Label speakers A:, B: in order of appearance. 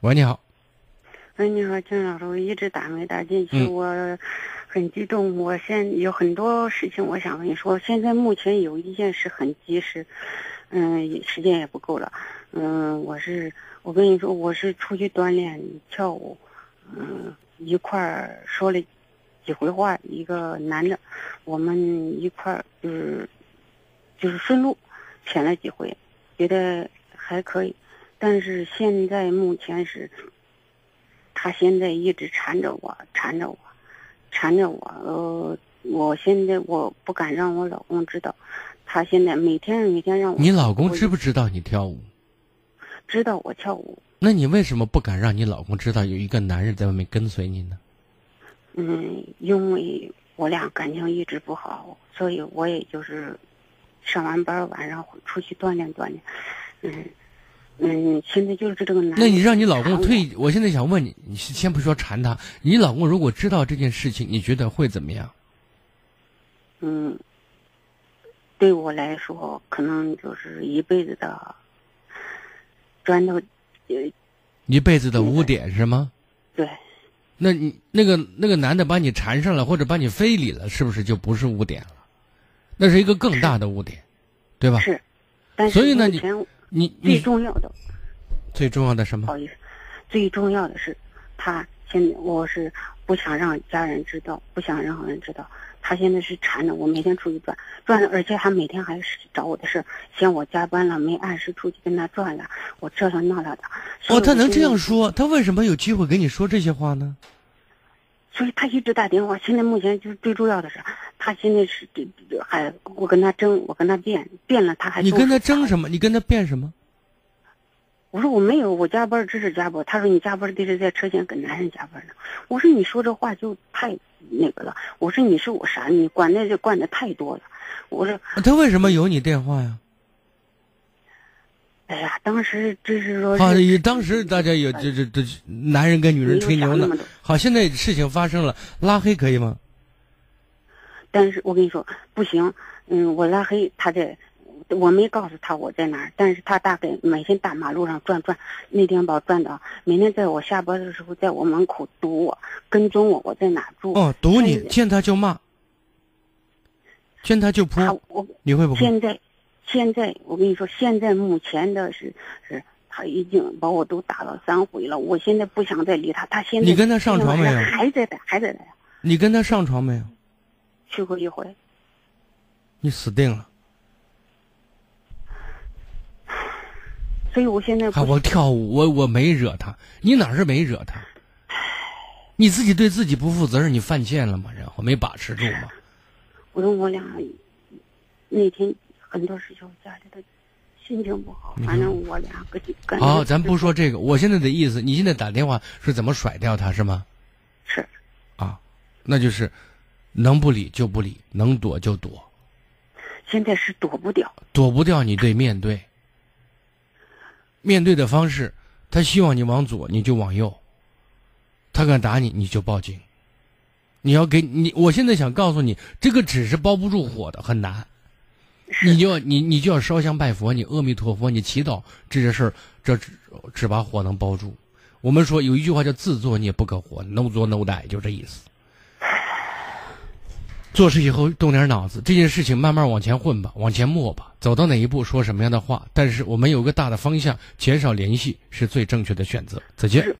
A: 喂，你好，
B: 哎，你好，金老师，我一直打没打进去，
A: 嗯
B: 我很激动。我现有很多事情我想跟你说。现在目前有一件事很急事，嗯，也时间也不够了。嗯，我是我跟你说，我是出去锻炼跳舞，嗯，一块儿说了几回话，一个男的，我们一块儿就是就是顺路舔了几回，觉得还可以。但是现在目前是，他现在一直缠着我，缠着我，缠着我。呃，我现在我不敢让我老公知道，他现在每天每天让我
A: 你老公知
B: 我
A: 不知道你跳舞？
B: 知道我跳舞？
A: 那你为什么不敢让你老公知道有一个男人在外面跟随你呢？
B: 嗯，因为我俩感情一直不好，所以我也就是上完班儿晚上回出去锻炼锻炼。嗯嗯，现在就是这个男。
A: 那你让你老公
B: 缠我
A: 退？啊我现在想问你，你先不说缠他，你老公如果知道这件事情，你觉得会怎么样？
B: 嗯，对我来说，可能就是一辈子的砖头，呃，
A: 一辈子的污点是吗？
B: 对，
A: 那你那个那个男的把你缠上了，或者把你非礼了，是不是就不是污点了？那是一个更大的污点，对吧？
B: 是。但是
A: 所以呢
B: 目
A: 你
B: 前
A: 你
B: 最
A: 你
B: 重要的，
A: 最重要的什
B: 不
A: 么？
B: 好意思，最重要的是，他现在我是不想让家人知道，不想让任何人知道。他现在是缠着我，每天出去转转了，而且还每天还是找我的事儿，嫌我加班了没按时出去跟他转了，我这了那了的。所以
A: 哦，他
B: 我
A: 能
B: 现
A: 这
B: 在
A: 样说，他为什么有机会跟你说这些话呢？
B: 所以他一直打电话。现在目前就是最重要的是，他现在是这这还我跟他争，我跟他辩，辩了他还
A: 你跟他争
B: 么？
A: 什么？你跟他辩什么？
B: 我说我没有，我加班只是加班。他说你加班得是在车前跟男人加班呢。我说你说这话就太那个了。我说你是我啥？你管的就管的太多了。我说
A: 他为什么有你电话呀？
B: 哎呀，当时只是说
A: 好，
B: 是
A: 也当时大家有这这这男人跟女人吹牛
B: 没有想那
A: 呢
B: 么多。
A: 好，现在事情发生了，拉黑可以吗？
B: 但是我跟你说不行，嗯，我拉黑他在，我没告诉他我在哪儿，但是他大概每天大马路上转转，那天把我转到，每天在我下班的时候在我门口堵我，跟踪我我在哪儿住，
A: 哦，堵
B: 哎
A: 你
B: 呀，
A: 见他就骂，见他就扑，
B: 他我
A: 你会不会？
B: 现在，现在我跟你说，现在目前的是是，他已经把我都打了三回了，我现在不想再理他，他现在
A: 你跟他上床没有
B: 今天晚上还在打，还在打，
A: 你跟他上床没有？
B: 去过一回，
A: 你死定了！
B: 所以我现在不
A: 看我跳舞，我我没惹他，你哪是没惹他？你自己对自己不负责任，你犯贱了吗？然后没把持住吗？
B: 我说我俩那天很多事情，我家里的心情不好，反正我俩个感觉
A: 好，咱不说这个。我现在的意思，你现在打电话是怎么甩掉他是吗？
B: 是
A: 啊，那就是能不理就不理，能躲就躲，
B: 现在是躲不掉，
A: 躲不掉你得面对。面对的方式，他希望你往左，你就往右；他敢打你，你就报警。你要给你，我现在想告诉你，这个纸是包不住火的，很难。你就要你你就要烧香拜佛，你阿弥陀佛，你祈祷这些事儿，这只只把火能包住。我们说有一句话叫“自作孽不可活 ”，no 作 no die，就这意思。做事以后动点脑子，这件事情慢慢往前混吧，往前磨吧，走到哪一步说什么样的话，但是我们有个大的方向，减少联系是最正确的选择。再见。
B: 是